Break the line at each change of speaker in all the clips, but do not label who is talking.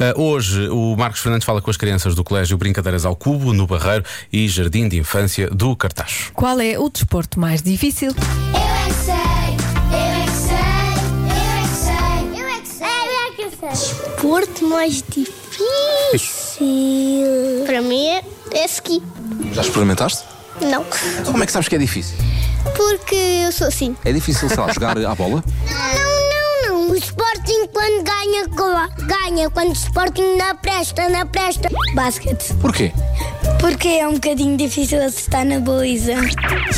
Ah, hoje o Marcos Fernandes fala com as crianças do Colégio Brincadeiras ao Cubo, no Barreiro e Jardim de Infância do Cartacho.
Qual é o desporto mais difícil?
Eu é que sei, eu é que sei, eu é que sei, eu é que sei, eu é que sei, eu é que sei. Desporto mais difícil. Para mim é, é ski.
Já experimentaste?
Não.
Então como é que sabes que é difícil?
Porque eu sou assim.
É difícil, sei lá, jogar à bola?
Não, não, não. O Sporting quando ganha, ganha. Quando o Sporting não presta, não presta. Basquete.
Porquê?
Porque é um bocadinho difícil acertar na baliza.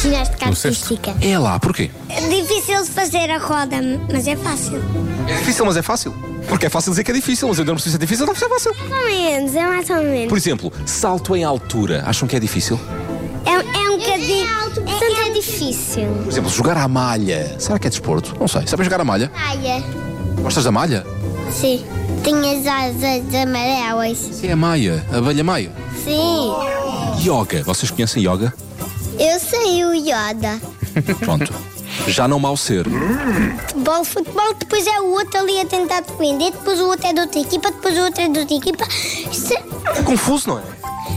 Ginástica
No cesto.
artística.
É lá, porquê?
É difícil de fazer a roda, mas é fácil.
É difícil, mas é fácil. Porque é fácil dizer que é difícil, mas eu não preciso ser difícil, não precisa ser fácil.
Mais ou menos, é mais ou menos.
Por exemplo, salto em altura, acham que é difícil?
É, é um bocadinho. Portanto, é, difícil.
Por exemplo, jogar à malha, será que é desporto? Não sei, sabes jogar à malha?
Praia.
Gostas da malha?
Sim. Tem as asas amarelas.
Sim, é maia, abelha maia.
Sim.
Yoga, vocês conhecem yoga?
Eu sei o Yoda.
Pronto. Já não mau ser.
Futebol, futebol, depois é o outro ali a tentar defender, depois o outro é de outra equipa, depois o outro é de outra equipa. Isso é-
É confuso, não é?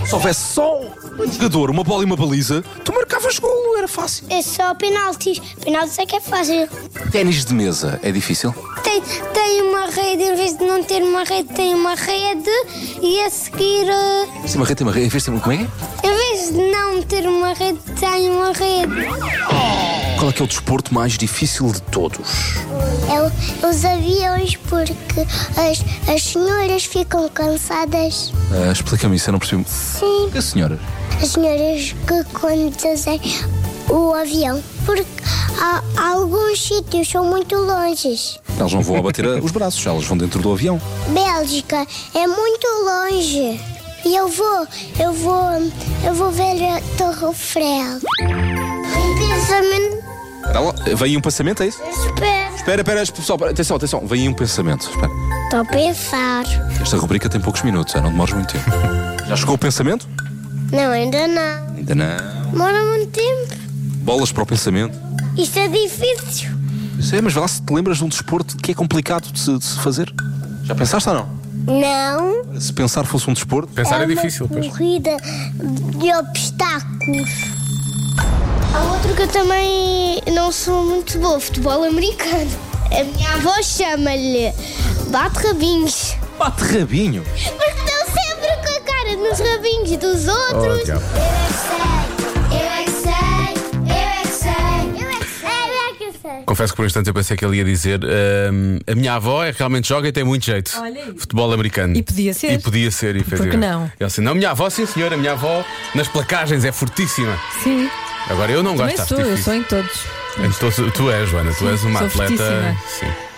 Se houvesse só um jogador, uma bola e uma baliza, tu marcavas golo, era fácil.
É só penaltis. Penaltis é que é fácil.
Ténis de mesa é difícil?
Tem, tem uma rede, em vez de não ter uma rede, tem uma rede e a seguir. eh,
Se uma rede, uma rede, em vez de ter- como é?
Em vez de não ter uma rede, tem uma rede.
Qual é que é o desporto mais difícil de todos?
É os aviões, porque as, as senhoras ficam cansadas.
Ah, Explica-me isso, eu não percebi.
Sim,
Que senhora?
as senhoras que conduzem o avião, porque há, há alguns sítios são muito longes.
Elas não vão abater a- os braços, elas vão dentro do avião.
Bélgica é muito longe. E eu vou, eu vou, eu vou ver a Torre Eiffel. Um pensamento
Espera lá, Vem aí um pensamento, é isso?
espera.
Espera, espera, pessoal, espera, atenção, atenção. Vem aí um pensamento. Espera.
Estou a pensar.
Esta rubrica tem poucos minutos, é, não demores muito tempo. Já chegou o pensamento?
Não, ainda não.
Ainda não.
Demora muito tempo.
Bolas para o pensamento.
Isto é difícil.
Sei, mas vá lá se te lembras de um desporto que é complicado de se, de se fazer. Já pensaste ou não?
Não.
Se pensar fosse um desporto,
Pensar é, difícil,
uma
pois.
corrida de obstáculos. Há outro que eu também não sou muito boa, futebol americano. A minha avó chama-lhe bate rabinhos.
bate rabinho.
Porque estão sempre com a cara nos rabinhos dos
outros. diabo.
Eu é que sei, eu é que sei, eu é que sei, eu é que sei.
Confesso que por um instante eu pensei que ele ia dizer "Ahm, a minha avó é, realmente joga e tem muito jeito.
Olha aí.
Futebol americano.
E podia ser.
E podia ser, efetivamente.
não?
Ele disse, não, minha avó, sim senhora, minha avó nas placagens é fortíssima.
Sim,
Agora eu não
também
gosto, acho
sou, eu
difícil.
sou em todos.
Então, tu, tu és, Joana, tu és uma
sou
atleta.
fortíssima.
Sim.